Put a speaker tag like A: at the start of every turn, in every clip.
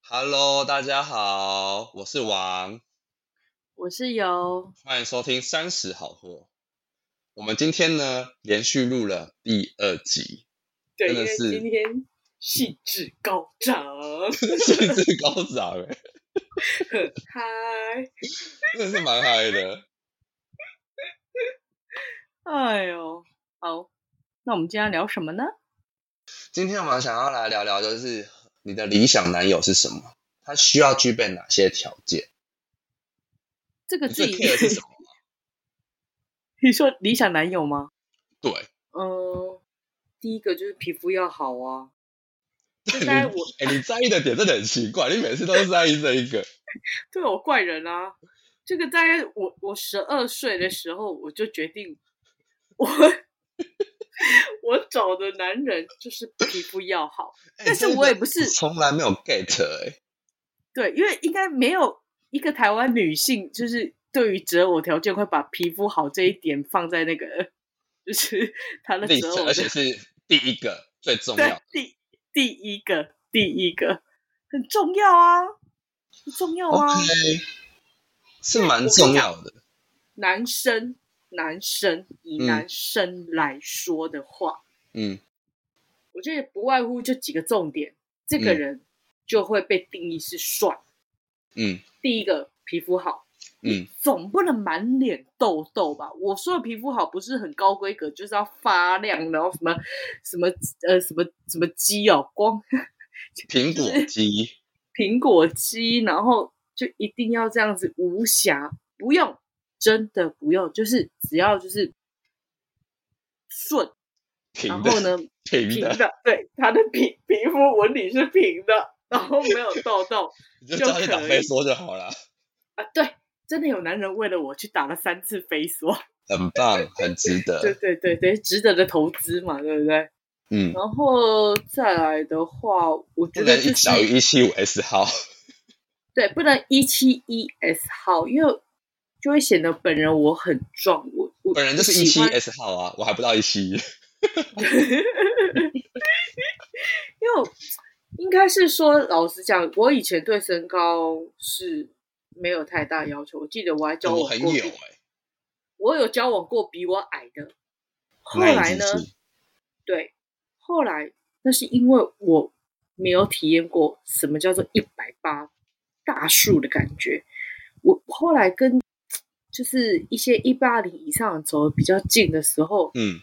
A: Hello，大家好，我是王，
B: 我是由
A: 欢迎收听《三十好货》。我们今天呢，连续录了第二集，
B: 对，
A: 真
B: 因
A: 的
B: 为
A: 是
B: 今天兴致高 涨，
A: 兴致高涨，哎，
B: 很嗨，
A: 真的是蛮嗨的。
B: 哎呦，好，那我们今天要聊什么呢？
A: 今天我们想要来聊聊，就是你的理想男友是什么？他需要具备哪些条件？
B: 这个
A: 你
B: 自
A: 最
B: 己
A: care 是什么？
B: 你说理想男友吗？
A: 对，
B: 嗯、第一个就是皮肤要好啊，就
A: 你
B: 大概我
A: 哎、你在意的点真的很奇怪，你每次都是在意这一个。欸
B: 对我怪人啊。这个大概我我十二岁的时候，我就决定我 我找的男人就是皮肤要好，
A: 哎
B: 但是
A: 这个
B: 我也不是
A: 从来没有 get 哎、
B: 对，因为应该没有一个台湾女性，就是对于择偶条件会把皮肤好这一点放在那个，就是她的
A: 历
B: 择
A: 史，
B: 偶
A: 而且
B: 的
A: 是第一个最重
B: 对
A: 要。
B: 第第一个第一个很重要啊，很重要啊
A: OK，是蛮
B: 我
A: 重
B: 跟你
A: 要的。
B: 男生男生以
A: 嗯
B: 男生来说的话，
A: 嗯，
B: 我觉得不外乎就几个重点，这个
A: 嗯
B: 人就会被定义是帅。
A: 嗯
B: 第一个皮肤好。
A: 嗯，
B: 总不能满脸痘痘吧？我说的皮肤好不是很高规格，就是要发亮，然后什么什么呃什么什么肌哦，光
A: 苹果肌，
B: 苹果肌，然后就一定要这样子无瑕，不用，真的不用，就是只要就是顺，
A: 平
B: 然
A: 的，
B: 后呢
A: 平
B: 平
A: 的，
B: 的，对，它的皮皮肤纹理是平的，然后没有痘痘
A: 你就照去打
B: 可以
A: 飞梭就好 了，
B: 啊，对，真的有男人为了我去打了三次飞梭。
A: 很棒，很值
B: 对
A: 得。
B: 对对对，值得的投资嘛，对不对？
A: 嗯，
B: 然后再来的话，我
A: 不
B: 觉得
A: 能
B: 哦就是
A: 一小于一七五 S 号。
B: 对，不能一七一 S 号，因为就会显得本人我很壮，我我
A: 本人就是一
B: 一
A: 七 S 号啊，我还不到一七一。
B: 因为我应该是说，老实讲，我以前对身高是没有太大要求，我记得我还交
A: 我
B: 往
A: 很
B: 过
A: 有
B: 比
A: 哎，
B: 我有交往过比我矮的，后
A: 那
B: 来
A: 你
B: 呢
A: 自？己
B: 对，后来那是因为我没有体验过什么叫做一百八大树的感觉。我后来跟就是一些一八零以上走得比较近的时候，
A: 嗯，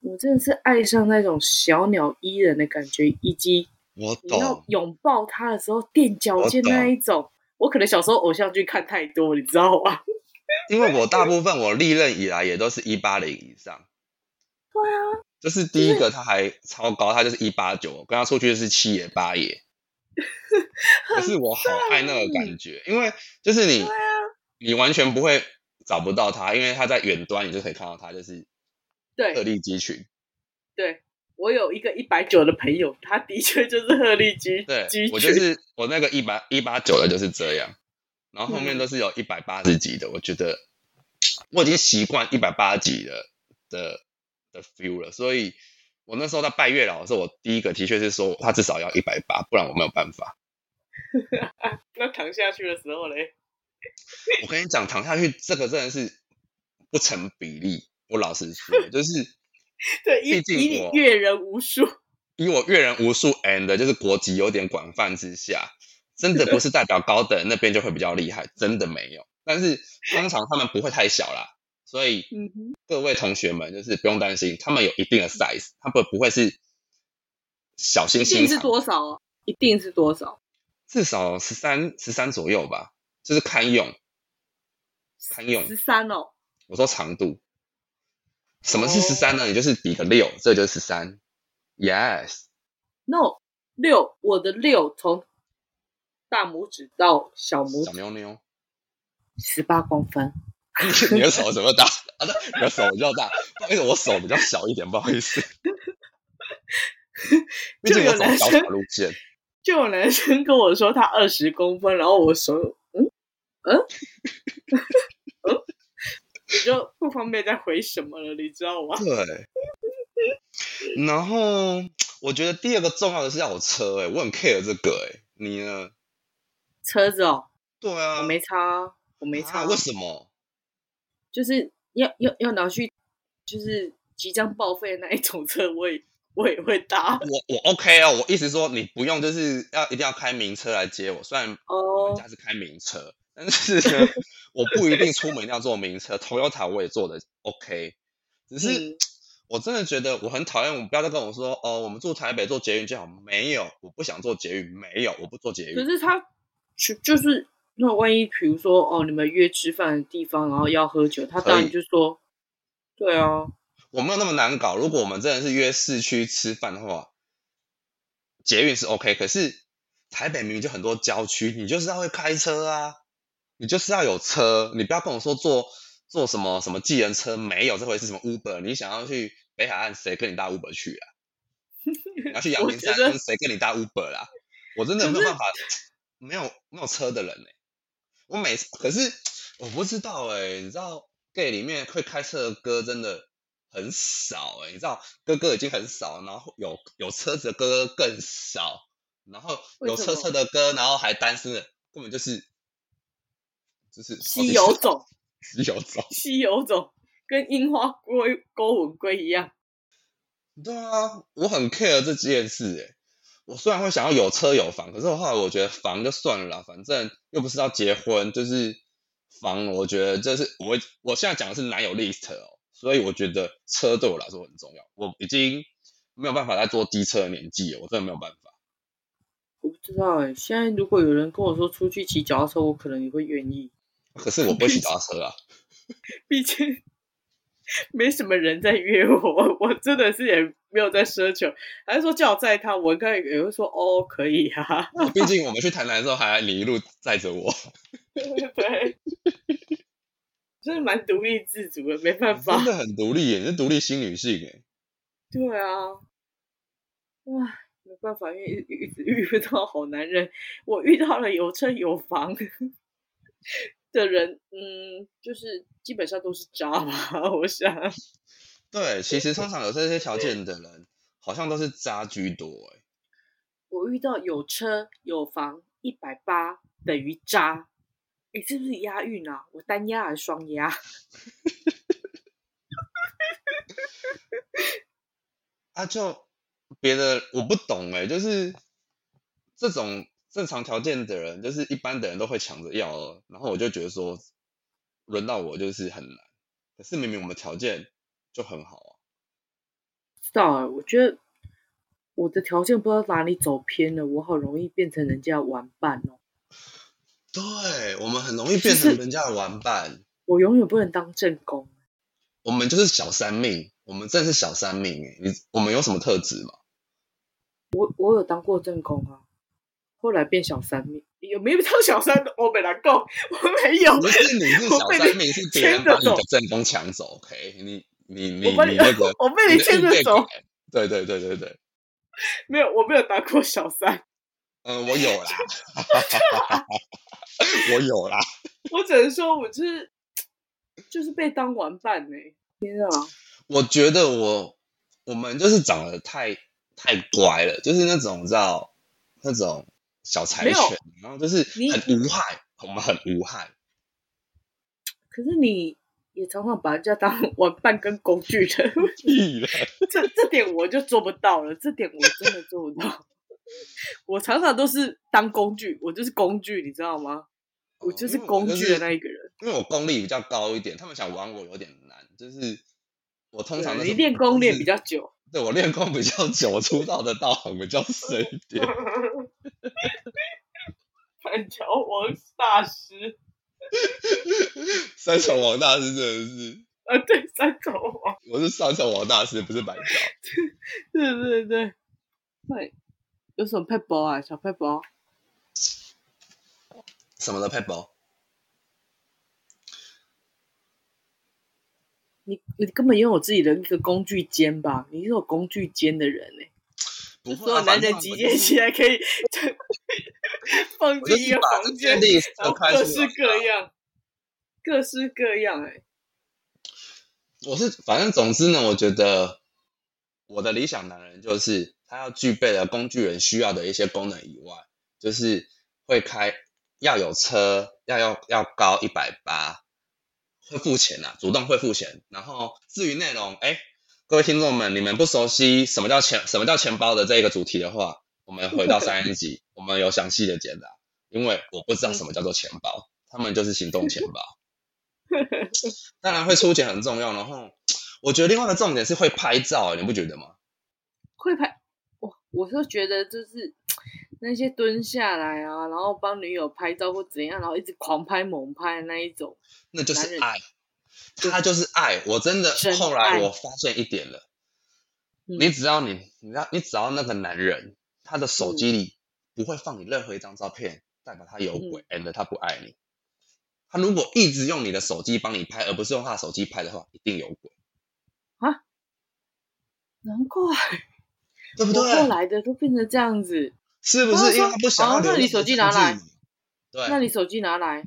B: 我真的是爱上那种小鸟依人的感觉，以及
A: 我
B: 你要
A: 懂，
B: 拥抱它的时候垫脚
A: 我
B: 尖那
A: 懂
B: 一种。我可能小时候偶像剧看太多，你知道吗？
A: 因为我大部分我历任以来也都是一八零以上。
B: 对
A: 啊。就是第一个他还超高，他就是一八九，我跟他出去就是七爷八爷。可是我好爱那个感觉，因为就是你，你完全不会找不到他，因为他在远端你就可以看到他，就是鹤
B: 对
A: 立鸡群。
B: 对，我有一个一百九的朋友，他的确就是鹤立 鸡
A: 对
B: 鸡群。
A: 我就是我那个一八一八九的就是这样，然后后面
B: 嗯
A: 都是有一百八十级的，我觉得我已经习惯一百八级的的的 feel 了，所以我那时候在拜月老的时候，我第一个的确是说他至少要一百八，不然我没有办法。
B: 那躺下去的时候嘞，
A: 我跟你讲，躺下去这个真的是不成比例，我老实说，就是
B: 对，以
A: 毕竟
B: 以你
A: 我
B: 阅人无数，
A: 以我阅人无数 and 就是国籍有点广泛之下，真的不是代表高等那边就会比较厉害，真的没有。但是通常他们不会太小啦，所以
B: 嗯哼，
A: 各位同学们就是不用担心，他们有一定的 size，他们不会是小
B: 一
A: 星
B: 定
A: 星
B: 是
A: 长，
B: 多少啊？一定是多少？
A: 至少十三十三左右吧，就是堪用堪用
B: 十。三哦，
A: 我说长度，什么是
B: 哦
A: 十三呢？你就是比个六，这就是十三。Yes，
B: no 六，我的六从大拇指到小拇
A: 小
B: 指
A: 妞妞。
B: 十八公分，
A: 你的手怎么大？啊，对，你的手比较大，不好意思，我手比较小一点，不好意思。毕竟我走小法路 线，
B: 就有男 生跟我说他二十公分，然后我手嗯嗯 嗯，我就不方便再回什么了，你知道吗？
A: 对。然后我觉得第二个重要的是要有车、欸，我很 care 这个、欸，你呢？
B: 车子哦，
A: 对啊，
B: 我没擦啊，我没擦
A: 啊，
B: 啊，
A: 为什么？
B: 就是要要要拿去，就是即将报废的那一种车，我也我也会搭
A: 我我 OK 哦，我意思说你不用就是要一定要开名车来接我，虽然我们
B: 哦。
A: 家是开名车，但是呢， 我不一定出门一定要坐名车，Toyota 我也坐的 OK，只是
B: 嗯，
A: 我真的觉得我很讨厌，我们不要再跟我说哦，我们住台北坐捷运就好，没有，我不想坐捷运，没有，我不坐捷
B: 可
A: 运，
B: 是他就就是那万一比如说哦，你们约吃饭的地方，然后要喝酒，他
A: 可以
B: 当然就说，对啊，
A: 我没有那么难搞。如果我们真的是约市区吃饭的话，捷运是 OK，可是台北明明就很多郊区，你就是要会开车啊，你就是要有车，你不要跟我说坐坐什么什么计程车，没有这回事，什么 Uber，你想要去北海岸，谁跟你搭 Uber 去啊？你要去阳
B: 我
A: 明
B: 觉
A: 山，
B: 得
A: 谁跟你搭 Uber 啦？我真的
B: 可
A: 没有
B: 是
A: 办法，没有没有车的人呢、我每次可是我不知道哎、你知道 gay 里面会开车的哥真的很少哎、你知道哥哥已经很少，然后有有车子的哥哥更少，然后
B: 为
A: 有
B: 什
A: 车
B: 么
A: 车的哥，然后还单身的，根本就是就是
B: 稀
A: 哦
B: 有种，
A: 稀有种。
B: 稀有种，跟樱花龟勾吻龟一样。
A: 对啊，我很 care 这件事诶、我虽然会想要有车有房，可是我后来我觉得房就算了啦，反正又不是要结婚，就是房，我觉得这是我我现在讲的是男友 list 哦，所以我觉得车对我来说很重要。我已经没有办法再坐机车的年纪了，我真的没有办法。
B: 我不知道哎、现在如果有人跟我说出去骑脚踏车，我可能也会愿意，
A: 可是我不会骑脚踏车 啊，
B: 毕竟没什么人在约我， 我真的是也没有在奢求。还是说叫我载他，我应该也会说哦，可以啊。
A: 毕竟我们去台南的时候还你一路载着我，
B: 对， 真的蛮独立自主的，没办法
A: 真。的很独立耶，你是独立新女性欸诶。
B: 对啊，哇，没办法，因为一直遇到好男人，我遇到了有车有房的人，嗯，就是基本上都是渣吧，我想。
A: 对，其实通常有这些条件的人，好像都是渣居多欸诶。
B: 我遇到有车有房一百八等于渣，你是不是押韵啊？我单押还是双押？
A: 啊，就别的我不懂哎、就是这种正常条件的人，就是一般的人都会抢着要了，然后我就觉得说，轮到我就是很难。可是明明我们条件就很好啊，
B: 不知道啊，我觉得我的条件不知道哪里走偏了，我好容易变成人家的玩伴哦。
A: 对我们很容易变成人家的玩伴，
B: 我永远不能当正宫，
A: 我们就是小三命，我们真的是小三命哎、你我们有什么特质吗？
B: 我我有当过正宫啊，后来变小三命，有没有当小三？我没来够，我没有，
A: 不是你是小
B: 哦我被
A: 三
B: 你
A: 命，是别人
B: 牵着
A: 把你的
B: 走
A: 正宫抢走，OK？你你你
B: 我把你
A: 那个
B: 我 被你
A: 的
B: 牵
A: 预
B: 着
A: 备
B: 走，
A: 感，对对对对对，
B: 没有，我没有当过小三，
A: 嗯，我有啦， 我有啦。
B: 我只能说我就是就是被当玩伴呢、天啊，
A: 我觉得我我们就是长得太太乖了，就是那种你知道那种小柴
B: 没有
A: 犬，然后就是
B: 你
A: 很无害，我们很无害。
B: 可是你也常常把人家当 玩伴跟工具人，
A: 屁啦
B: 这这点我就做不到了，这点我真的做不到。 我常常都是当工具，我就是工具，你知道吗？我就是
A: 哦
B: 工具的那一个人。
A: 因为我功力比较高一点，他们想玩我有点难，就是我通常都
B: 对啊
A: 是
B: 你练功练比
A: 较，
B: 较久，
A: 对我练功比较久，我出道的道行比较深一点。
B: 板桥王大师
A: 三重王大师真的是，
B: 啊，对，三重王，
A: 我是三重王大师，不是白嫖。
B: 对对对。对，有什么配包啊？小配包，
A: 什么的 Pebble？
B: 你你根本拥有自己的一个工具间吧？你是有工具间的人欸
A: 不会
B: 呢、所有
A: 啊，反
B: 男人
A: 正
B: 集结起 来可以 放
A: 我就
B: 进
A: 是
B: 一个
A: 把
B: 房
A: 这
B: 间
A: 些，历史
B: 然后
A: 开
B: 各
A: 出
B: 式
A: 来啊
B: 各样，各式各样、哎，
A: 我是反正总之呢，我觉得我的理想男人就是他要具备了工具人需要的一些功能以外，就是会开要有车，要要要高一百八，会付钱啊，主动会付钱。然后至于内容，哎，各位听众们，你们不熟悉什么叫钱什么叫钱包的这个主题的话，我们回到上一集，我们有详细的解答，因为我不知道什么叫做钱包，他们就是行动钱包。当然会出钱很重要，然后我觉得另外一个重点是会拍照，欸你不觉得吗？
B: 会拍，我我是觉得就是那些蹲下来啊，然后帮女友拍照或怎样，然后一直狂拍猛拍的那一种，
A: 那就是爱，他就是爱。我真的
B: 真爱
A: 后来我发现一点了，
B: 嗯
A: 你只要你你要你只要那个男人他的手
B: 嗯
A: 机里不会放你任何一张照片，代表他有鬼，and
B: 嗯
A: 他不爱你。他如果一直用你的手机帮你拍，而不是用他的手机拍的话，一定有鬼，
B: 难怪
A: 对不
B: 我后
A: 对？
B: 来的都变成这样子。
A: 是不
B: 然后
A: 是？因为
B: 说
A: 他不想要
B: 哦
A: 留
B: 那你
A: 恋这
B: 手机
A: 个
B: 拿
A: 字
B: 来
A: 母，对，
B: 那你手机拿来，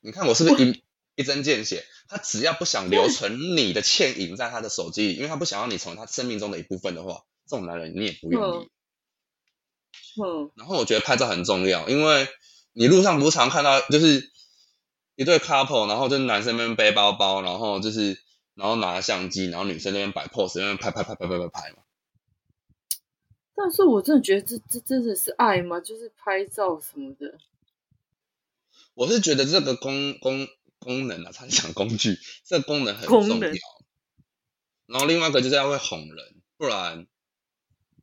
A: 你看我是不是一一针见血？他只要不想留存你的倩影在他的手机里，因为他不想要你成为他生命中的一部分的话，这种男人你也不愿意
B: 嗯。哼，
A: 然后我觉得拍照很重要，因为你路上不是常看到就是一对 couple，然后就是男生那边背包包，然后就是然后拿相机，然后女生那边摆 pose，那边拍拍拍拍拍拍拍嘛。
B: 但是我真的觉得这这真的是爱吗？就是拍照什么的，
A: 我是觉得这个功功功能啊，他讲工具，这个功能很
B: 功
A: 重要
B: 能。
A: 然后另外一个就是要会哄人，不然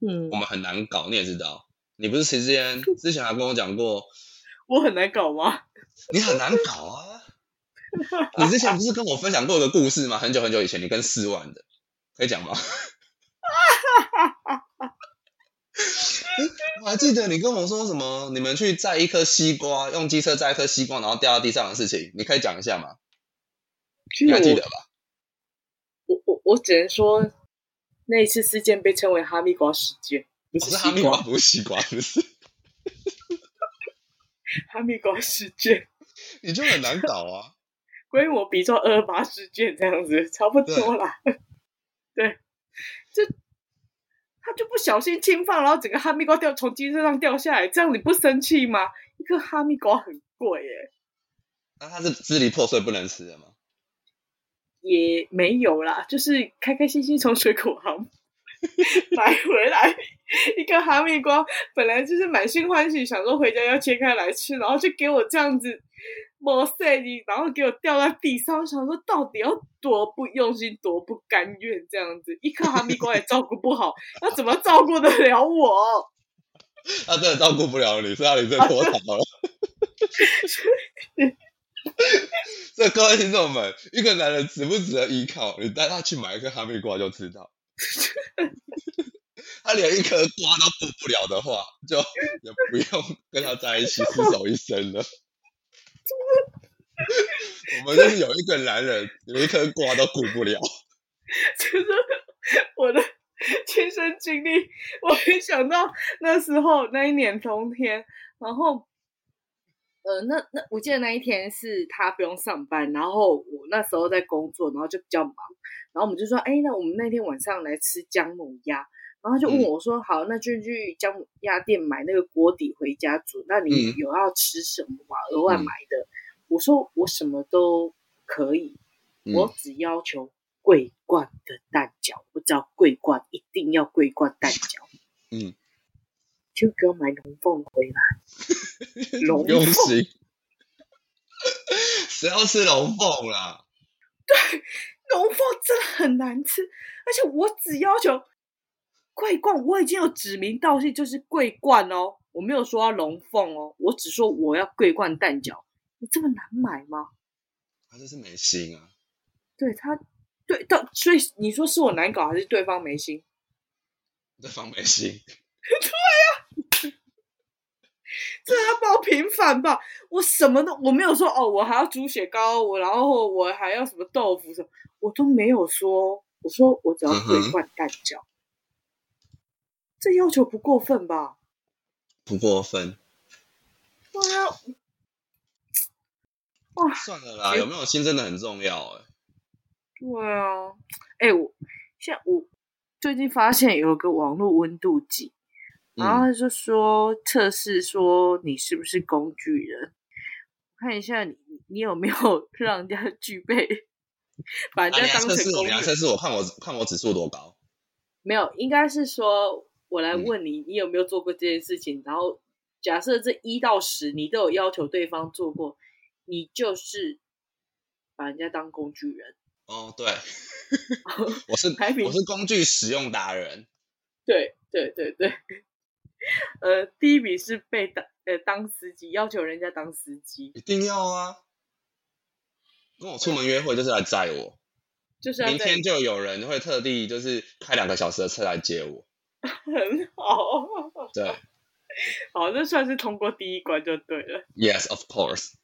B: 嗯
A: 我，们很难搞，你也知道。你不是其实之前之前还跟我讲过，
B: 我很难搞吗？
A: 你很难搞啊。你之前不是跟我分享过一个故事吗？很久很久以前，你跟四万的，可以讲吗？ 我还记得你跟我说什么，你们去摘一颗西瓜，用机车摘一颗西瓜，然后掉到地上的事情，你可以讲一下吗？
B: 其
A: 你
B: 实
A: 还
B: 我
A: 记得吧？
B: 我我我只能说，那一次事件被称为哈密瓜事件，不
A: 我
B: 是
A: 是哈密
B: 西
A: 瓜，
B: 瓜，
A: 不是西瓜，不是，
B: 哈密瓜事件，
A: 你就很难搞啊。
B: 规模比照二二八事件这样子，差不多啦。 对，就他就不小心侵犯，然后整个哈密瓜掉从机车上掉下来，这样你不生气吗？一颗哈密瓜很贵耶，
A: 那它是支离破碎不能吃的吗？
B: 也没有啦，就是开开心心从水果行买回来一个哈密瓜，本来就是满心欢喜，想说回家要切开来吃，然后就给我这样子磨碎你，然后给我掉在地上，我想说到底要多不用心，多不甘愿这样子，一颗哈密瓜也照顾不好，要怎么照顾得了我？
A: 他真的照顾不了你，所以让你这脱逃 了。所以各位听众们，一个男人值不值得依靠，你带他去买一颗哈密瓜就知道。他连一颗瓜都顾不了的话，就也不用跟他在一起厮守一生了。我们就是有一个男人，连一颗瓜都顾不了。
B: 就是我的亲身经历，我没想到那时候那一年冬天，然后，呃，那那我记得那一天是他不用上班，然后我那时候在工作，然后就比较忙，然后我们就说，哎，那我们那天晚上来吃姜母鸭。然后他就
A: 嗯
B: 问我说：“好，那就去姜母鸭店买那个锅底回家煮。那你
A: 嗯
B: 有要吃什么吗？额外
A: 嗯
B: 买的？”我说：“我什么都可以。”我
A: 嗯，
B: 只要求桂冠的蛋饺，我只要桂冠，一定要桂冠蛋饺。
A: 嗯，
B: 就给我买龙凤回来。 龙
A: 用
B: 凤
A: 心。谁要吃龙凤啦？
B: 龙凤真的很难吃，而且我只要求桂冠，我已经有指名道姓，就是桂冠哦，我没有说要龙凤哦，我只说我要桂冠蛋饺。你这么难买吗？
A: 他就是没心啊。
B: 对他，对到，所以你说是我难搞，还是对方没心？
A: 对方没心，
B: 这要报平反吧？我什么都我没有说哦，我还要猪血糕，我然后我还要什么豆腐什么，我都没有说。我说我只要
A: 嗯
B: 桂
A: 哼
B: 冠蛋饺，这要求不过分吧？
A: 不过分。
B: 对啊，
A: 算了啦，
B: 谁
A: 有没有心真的很重要哎、
B: 对啊，哎、我现在我最近发现有一个网络温度计，
A: 嗯
B: 然
A: 啊
B: 后他就说测试说你是不是工具人，看一下你你有没有 让人家具备，把人
A: 啊，你
B: 家
A: 要
B: 当
A: 测试
B: 成
A: 我，
B: 工
A: 你
B: 具
A: 要测
B: 人。
A: 试我，看我看我指数多高。
B: 没有，应该是说我来
A: 嗯
B: 问你，你有没有做过这件事情？然后假设这一到十你都有要求对方做过，你就是把人家当工具人。
A: 哦，对， 我是
B: 排名
A: 我是工具使用达人，
B: 对对对对， 呃，第一笔是被当呃当司机，要求人家当司机，
A: 一定要啊！跟我出门约会就是来载我，
B: 就是要
A: 明
B: 在
A: 天就有人会特地就是开两个小时的车来接我。
B: 很好，
A: 对
B: 好，那算是通过第一关就对了。
A: ，Yes, of course。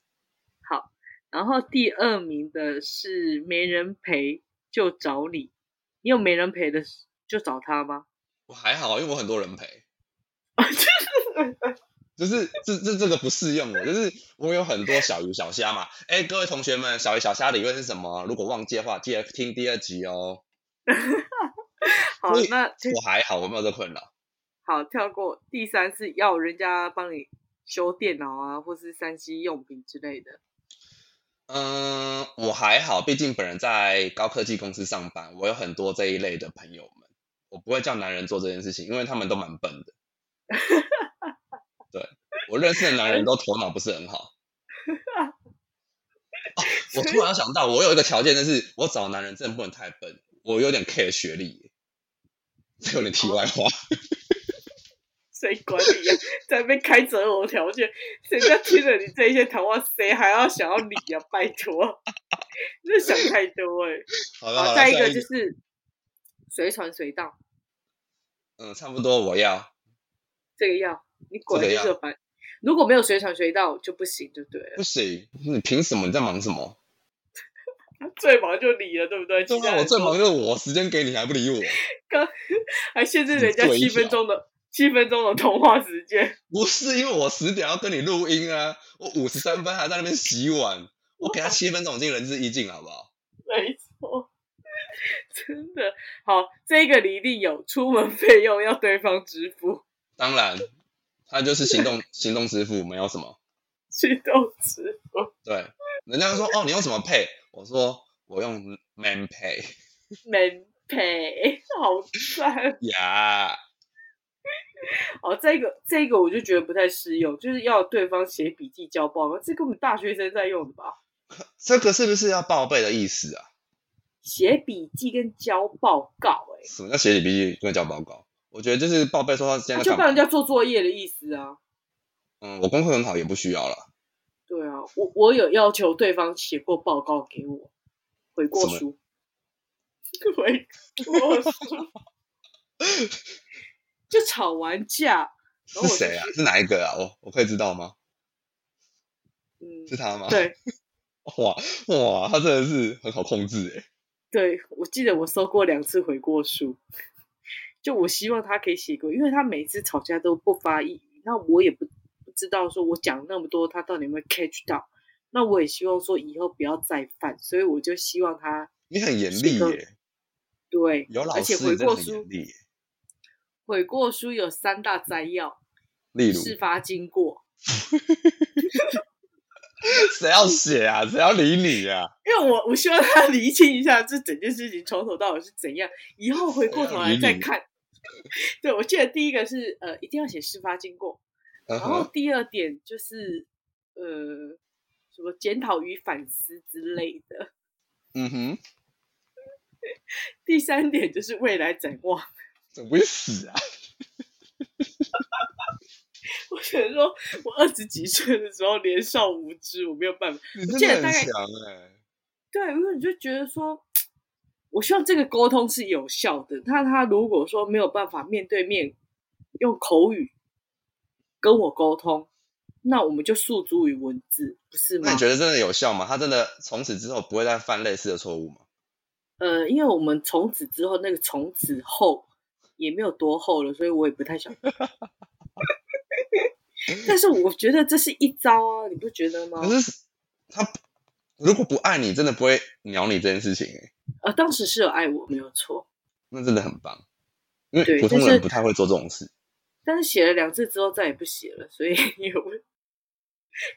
B: 然后第二名的是没人陪就找你，你有没人陪的时就找他吗？
A: 我还好，因为我很多人陪。 就是这这这个不适用我，就是我有很多小鱼小虾嘛。哎、各位同学们，小鱼小虾理论是什么？如果忘记的话，记得听第二集哦。
B: 好
A: 所以，
B: 那
A: 我还好，我没有这困扰。
B: 好跳过第三是要人家帮你修电脑啊，或是三 C 用品之类的。
A: 嗯，我还好，毕竟本人在高科技公司上班，我有很多这一类的朋友们。我不会叫男人做这件事情，因为他们都蛮笨 的。对我认识的男人都头脑不是很好。哦，我突然想到，我有一个条件，就是我找男人真的不能太笨，我有点 care 学历耶，这有点题外
B: 哦
A: 话。
B: 谁管你呀、 在那边开择偶条件，谁家听了你这一些谈话，谁还要想要理呀、拜托， 你这想太多哎、
A: 好了，好
B: 好，
A: 了
B: 再一
A: 啊下
B: 个就是随传随到，
A: 嗯，差不多，我要
B: 这个要你果然
A: 这
B: 就
A: 个要
B: 是有烦。如果没有随传随到就不行，就对了。
A: 不行，你凭什么？你在忙什么？
B: 最忙就你了，对不对？
A: 嗯对
B: 其他
A: 啊，
B: 人
A: 我最
B: 都
A: 忙就是我，时间给你还不理我。
B: 还限制人家
A: 只嗯做一啊
B: 七分钟的七分钟的通话时间。
A: 不是因为我十点要跟你录音啊，我五十三分还在那边洗 碗，我给他七分钟已经仁至义尽，好不好？
B: 没错， 真的好，这个你一定有，出门费用要对方支付，
A: 当然，他就是行 动行动支付，没有什么。
B: 去动支付，
A: 对，人家说哦，你用什么配？我说我用 Man Pay
B: 免赔，好赞
A: 呀、
B: 哦！这个这个我就觉得不太适用，就是要对方写笔记交报告，这根本大学生在用的吧？
A: 这个是不是要报备的意思啊？
B: 写笔记跟交报告、欸，
A: 什么叫写笔记跟交报告？我觉得就是报备说他今天在
B: 啊就
A: 干
B: 帮人
A: 嘛。
B: 家做作业的意思啊。
A: 嗯，我功课很好，也不需要了。
B: 对啊，我我有要求对方写过报告给我，悔过
A: 什
B: 书，悔过书，就吵完架，然
A: 是
B: 后哦我
A: 谁啊？是哪一个啊？我我可以知道吗？
B: 嗯，
A: 是他吗？，
B: 对
A: 哇哇，他真的是很好控制哎、
B: 对，我记得我收过两次悔过书，就我希望他可以写过，因为他每次吵架都不发一语，那我也不不知道说我讲那么多，他到底有没有 catch 到。那我也希望说以后不要再犯，所以我就希望他
A: 你很严厉
B: 是
A: 耶，
B: 对，
A: 有老
B: 而且
A: 师
B: 悔
A: 你真的
B: 过
A: 很
B: 书
A: 严厉耶。
B: 悔过书有三大摘要：
A: 例如，
B: 事发经过。
A: 谁要写啊？谁要理你啊？
B: 因为我我希望他厘清一下这整件事情从头到尾是怎样，以后回过头来再看。 对，我记得第一个是呃，一定要写事发经过，
A: 嗯
B: 然后
A: 哼，
B: 第二点就是呃，什么检讨与反思之类的，
A: 嗯哼，
B: 第三点就是未来展望。
A: 怎么会死啊？
B: 我想说，我二十几岁的时候年少无知，我没有办法。
A: 你
B: 记得
A: 真的
B: 大
A: 很
B: 概
A: 强哎、
B: 对，因为你就觉得说，我希望这个沟通是有效的。那他如果说没有办法面对面用口语跟我沟通，那我们就诉诸于文字，不是吗
A: 那你？觉得真的有效吗？他真的从此之后不会再犯类似的错误吗？
B: 呃，因为我们从此之后，那个从此后也没有多厚了，所以我也不太 想。但是我觉得这是一招啊，你不觉得吗？
A: 可是他如果不爱你，真的不会鸟你这件事情哎、
B: 呃，当时是有爱我，没有错。
A: 那真的很棒，因
B: 对
A: 为普通
B: 但是
A: 人不太会做这种事。
B: 但是写了两次之后再也不写了，所以 也不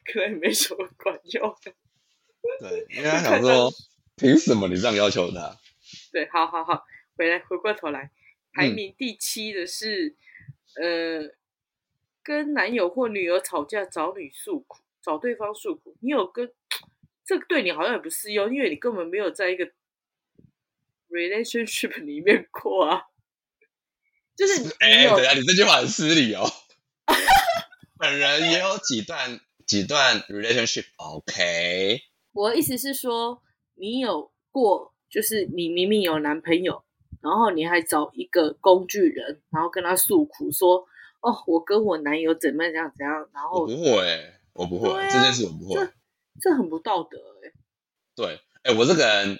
B: 可能也没什么管用。
A: 对，因为他想说，凭什么你这样要求他？
B: 对，好好好，回来回过头来，排名第七的是，呃，跟男友或女友吵架找女诉苦，找对方诉苦。你有跟这个对你好像也不适用，因为你根本没有在一个 relationship 里面过啊。 就是你
A: 哎、
B: 有
A: 等一下，你这句话很失礼 哦。本人也有几段几段 relationship，OK，、
B: 我的意思是说，你有过，就是你明明有男朋友，然后你还找一个工具人，然后跟他诉苦说：“哦，我跟我男友怎么样怎样怎样。”然
A: 我
B: 后
A: 不会，我不会、
B: 哦对啊
A: 这件事，我不会。
B: 这很不道德哎、
A: 对，哎、我这个人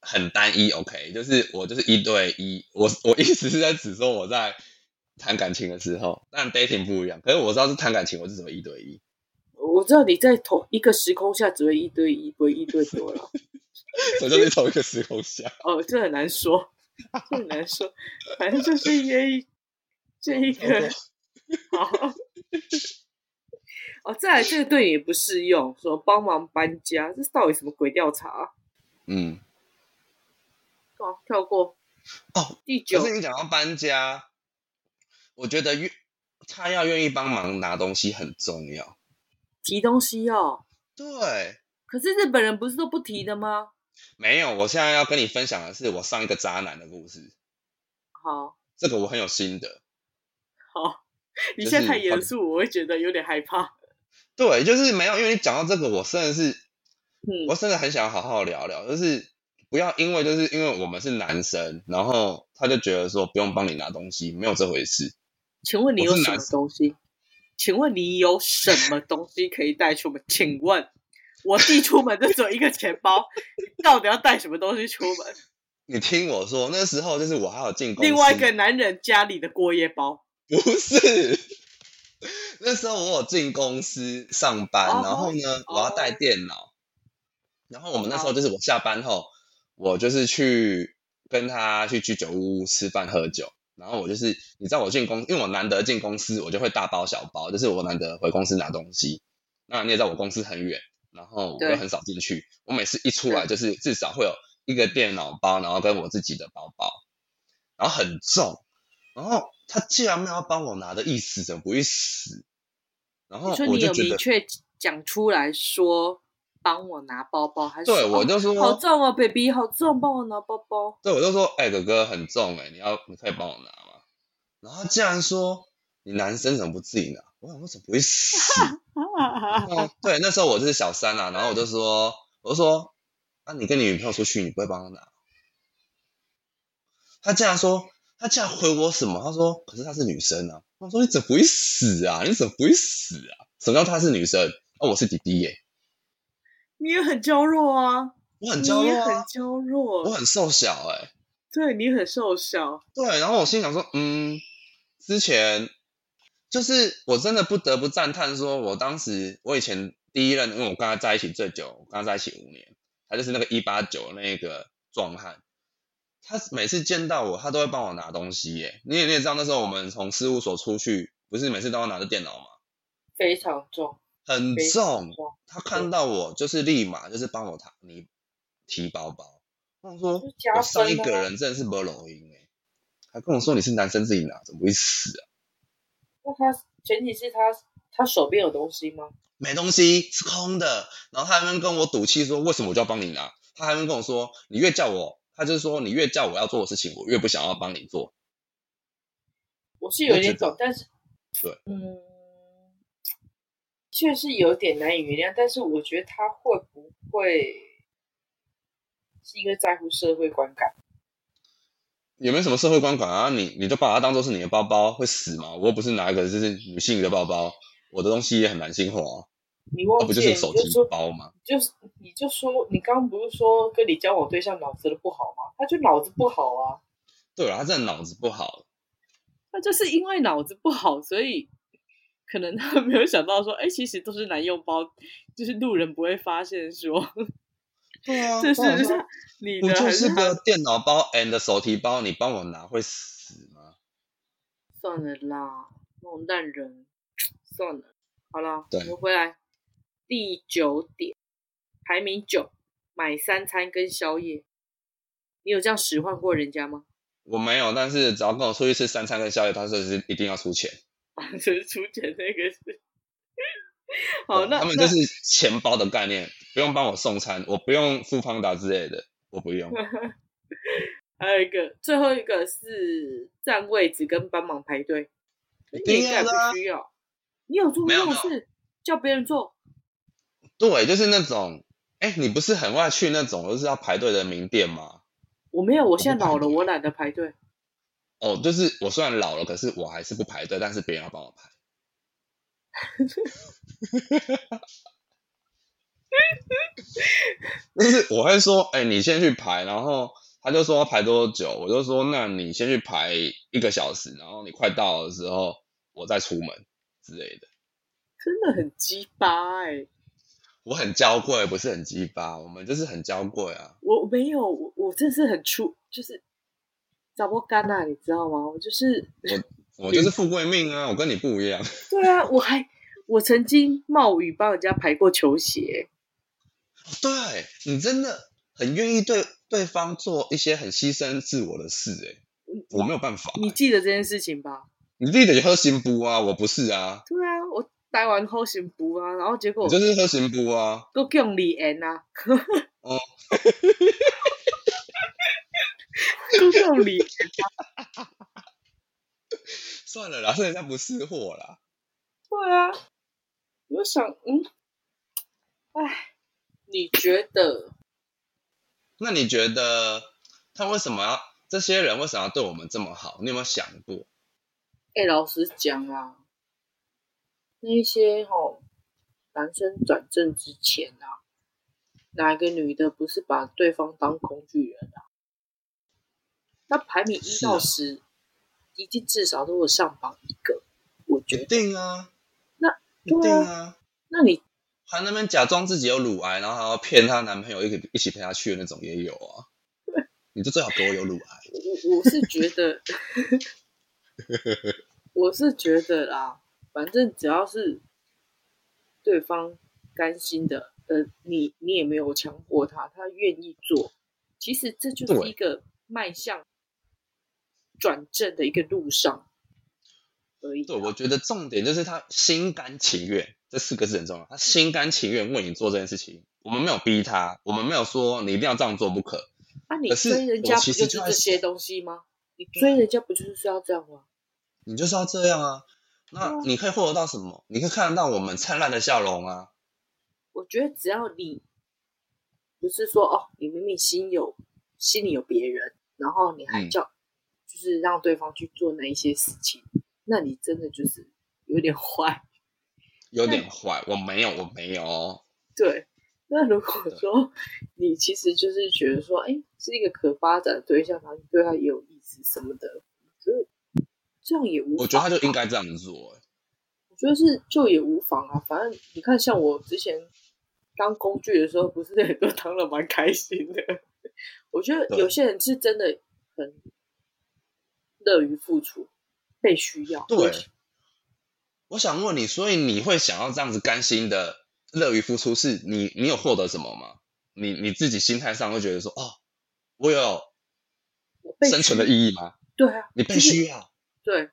A: 很单一，OK，就是我就是一对一，我我意思是在指说我在谈感情的时候，但 dating 不一样。可是我知道是谈感情，我是怎么一对一，
B: 我知道你在同一个时空下只会一对一，不会一对多了。
A: 我就是同一个时空 下。
B: 哦，这很难说，这很难说，反正就是一这一个好。哦，再来这个对你也不适用，说帮忙搬家，这到底什么鬼调查、啊？
A: 嗯，
B: 哦，跳过
A: 哦，
B: 第九
A: 可是你讲到搬家，我觉得愿他要愿意帮忙拿东西很重要。
B: 提东西哦。
A: 对，
B: 可是日本人不是都不提的吗？
A: 没有，我现在要跟你分享的是我上一个渣男的故事，
B: 好
A: 这个我很有心得。
B: 好，你
A: 就是
B: 现在太严肃，我会觉得有点害怕。
A: 对，就是没有，因为你讲到这个，我真的是我
B: 嗯，
A: 真的很想好好聊聊，就是不要因为就是因为我们是男生，然后他就觉得说不用帮你拿东西，没有这回事。
B: 请问你有
A: 我是
B: 什么
A: 男生
B: 东西？请问你有什么东西可以带出门？请问我弟出门就只有一个钱包，你到底要带什么东西出门？
A: 哦你听我说，那时候就是我还有进公司，
B: 另外一个男人家里的过夜包，
A: 不是，那时候我有进公司上班，
B: 哦
A: 然后呢，我要带电脑，然后我们那时候就是我下班后，我就是去跟他去居酒屋吃饭喝酒。然后我就是，你知道我进公，因为我难得进公司，我就会大包小包，就是我难得回公司拿东西。那你也知道我公司很远，然后我
B: 对嗯
A: 又很少进去，我每次一出来就是至少会有一个电脑包，然后跟我自己的包包，然后很重，然后他既然没有要帮我拿的意思，怎么不去死？然后
B: 你
A: 我
B: 说你
A: 就
B: 有
A: 觉
B: 明
A: 得，
B: 确讲出来说帮我拿包包，还是
A: 对
B: 说
A: 我
B: 哦
A: 就说，
B: 好重哦，baby，好重，帮我拿包包。
A: 对我就说，哎、哥哥很重哎、你要你可以帮我拿吗？然后他竟然说你男生怎么不自己拿？我想说怎么不会死？哦，对，那时候我就是小三啊，然后我就说，我就说，啊，你跟你女朋友出去，你不会帮她拿？他竟然说，他竟然回我什么？他说，可是她是女生啊。我说你怎么不会死啊？你怎么不会死啊？什么叫她是女生？哦，我是弟弟耶、
B: 你也很娇弱啊，
A: 我很娇弱
B: 你也很
A: 啊，
B: 娇弱，
A: 我很瘦小哎、
B: 对你很瘦小，
A: 对，然后我心想说，嗯，之前就是我真的不得不赞叹，说我当时我以前第一任，因为我跟他在一起最久，我跟他在一起五年，他就是那个一八九那个壮汉，他每次见到我，他都会帮我拿东西耶。你也你也知道，那时候我们从事务所出去，不是每次都要拿着电脑嘛，
B: 非常重，
A: 很
B: 非常
A: 重。他看到我就是立马就是帮我提你提包包，我想说
B: 就加
A: 我上
B: 分
A: 一
B: 啊
A: 个人真的是没录音哎，还跟我说你是男生自己拿，怎么会死啊？
B: 那他前提是他他手边有东西吗？
A: 没东西是空的，然后他还能跟我赌气说为什么我就要帮你拿，他还能跟我说你越叫我，他就是说你越叫我要做的事情，我越不想要帮你做。
B: 我是有
A: 我
B: 点
A: 知道
B: 懂，但是
A: 对，
B: 嗯，确实有点难以原谅，但是我觉得他会不会是因为在乎社会观感？
A: 也没什么社会观感啊，你你就把它当做是你的包包会死吗？我又不是拿一个就是女性的包包，我的东西也很男性化啊，
B: 你
A: 那、
B: 忘
A: 不
B: 记
A: 就是
B: 了你
A: 手
B: 就
A: 提
B: 说
A: 包吗？
B: 你就是你就说你刚刚不是说跟你交往对象脑子的不好吗？他就脑子不好啊。
A: 对啊，他真的脑子不好，
B: 那就是因为脑子不好，所以可能他没有想到说，哎、其实都是男用包，就是路人不会发现说
A: 哦对啊，
B: 这
A: 不然我
B: 是
A: 说
B: 他你
A: 不
B: 的
A: 就
B: 还
A: 是
B: 他
A: 个电脑包 and 手提包，你帮我拿会死吗？
B: 算了啦，弄烂人，算了，好了，
A: 对
B: 我们回来第九点，排名九，买三餐跟宵夜。你有这样使唤过人家吗？
A: 我没有，但是只要跟我出去吃三餐跟宵夜，他就是一定要出钱。
B: 啊，就是出钱那个是。
A: 对
B: 好，哦那
A: 哦他们
B: 那
A: 就是钱包的概念，不用帮我送餐，我不用付胖达之类的，我不 用。
B: 还有一个，最后一个是占位置跟帮忙排队，
A: 一
B: 你
A: 定
B: 应该
A: 要
B: 不
A: 的啊
B: 需要。你有做过
A: 没
B: 这
A: 有
B: 种
A: 没
B: 事，叫别人做？
A: 对，就是那种，哎，你不是很爱去那种就是要排队的名店吗？
B: 我没有，我
A: 不
B: 现在
A: 排
B: 老了，
A: 队
B: 我懒得排队。
A: 哦，就是我虽然老了，可是我还是不排队，但是别人要帮我排。就是我会说，哎、你先去排，然后他就说要排多久，我就说那你先去排一个小时，然后你快到的时候我再出门之类的。
B: 真的很鸡巴哎、
A: 我很娇贵，不是很鸡巴，我们就是很娇贵啊。
B: 我没有，我我真是很出，就是找不干啊，你知道吗？我就是，
A: 我就是富贵命啊，我跟你不一样。
B: 对啊，我还我曾经冒雨帮人家排过球鞋，
A: 对你真的很愿意对对方做一些很牺牲自我的事、欸，我没有办法。欸
B: 嗯你记得这件事情吧？
A: 你自己得喝行不啊，我不是啊，
B: 对啊，我待完后行不啊，然后结果
A: 我就是喝行不啊。
B: 都用李安啊，
A: 哦，
B: 都用李
A: 算了啦，是人家不是货啦。
B: 对啊，我想，嗯，哎，你觉得
A: 那你觉得他为什么要这些人为什么要对我们这么好？你有没有想过？
B: 哎、老实讲啊，那一些吼、男生转正之前啊，哪一个女的不是把对方当工具人啊？那排名一
A: 是啊
B: 到十、一定至少都有上榜一个，我觉
A: 一
B: 得。
A: 定啊，
B: 那
A: 一定
B: 对
A: 啊，
B: 那你
A: 还那边假装自己有乳癌，然后还要骗她男朋友一起一起陪她去的那种也有啊。 你就最好给我有乳癌。
B: 我我是觉 得，我是觉得啦，反正只要是对方甘心的，呃，你你也没有强迫他，他愿意做，其实这就是
A: 对
B: 一个迈向转正的一个路上而已。
A: 对，我觉得重点就是他心甘情愿，这四个字很重要。他心甘情愿为你做这件事情，我们没有逼他，我们没有说你一定要这样做不可。
B: 啊，你
A: 可是
B: 追人
A: 我
B: 家不
A: 其实
B: 就是
A: 就在
B: 这些
A: 想
B: 东西吗？你
A: 啊
B: 追人家不就是要这样吗？
A: 你就是要这样啊。
B: 对
A: 那
B: 啊
A: 你可以获得到什么？你可以看得到我们灿烂的笑容啊。
B: 我觉得只要你不是说哦，你明明心有心里有别人，然后你还
A: 嗯
B: 叫、就是让对方去做那一些事情，那你真的就是有点坏。
A: 有点坏，我没有，我没有哦。
B: 对，那如果说你其实就是觉得说，哎，是一个可发展的对象，然后你对他也有意思什么的，所以这样也无
A: 我觉得
B: 妨
A: 他就应该这样做、欸
B: 我觉得是就也无妨啊，反正你看，像我之前当工具的时候，不是 也都当的蛮开心的。我觉得
A: 对
B: 有些人是真的很乐于付出，被需要。
A: 对，我想问你，所以你会想要这样子甘心的乐于付出，是你你有获得什么吗？你你自己心态上会觉得说，哦，我有
B: 我被
A: 生存的
B: 义。
A: 意义吗？
B: 对啊，
A: 你被需要，
B: 对，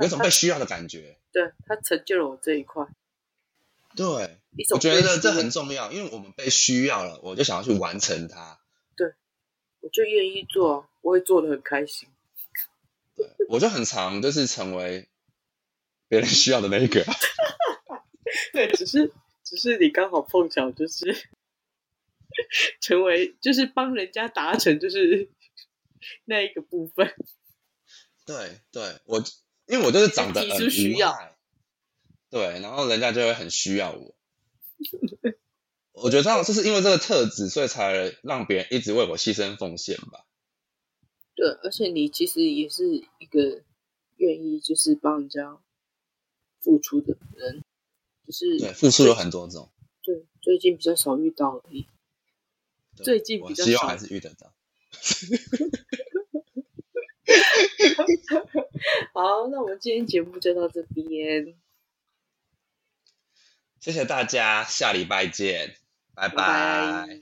A: 有一种被需要的感觉。
B: 对他成就了我这一块，
A: 对，
B: 一种
A: 我觉
B: 被
A: 得
B: 需
A: 这
B: 要
A: 很，重要，因为我们被需要了，我就想要去完成它。
B: 我就愿意做啊，我也做的很开心。
A: 对，我就很常就是成为别人需要的那一个。
B: 对，只是只是你刚好碰巧就是 成为，就是帮人家达成，就是 那一个部分。
A: 对对，我因为我就是长得
B: 提
A: 很
B: 出需要
A: 无害，对，然后人家就会很需要 我。我觉得这样就是因为这个特质，所以才让别人一直为我牺牲奉献吧。
B: 对，而且你其实也是一个愿意就是帮人家付出的人，只是
A: 对，付出有很多种，
B: 对最近比较少遇到而已。
A: 对
B: 最近
A: 我
B: 比较
A: 希
B: 少
A: 望还是遇得到。
B: 好，那我们今天节目就到这边，
A: 谢谢大家，下礼拜见，拜
B: 拜拜。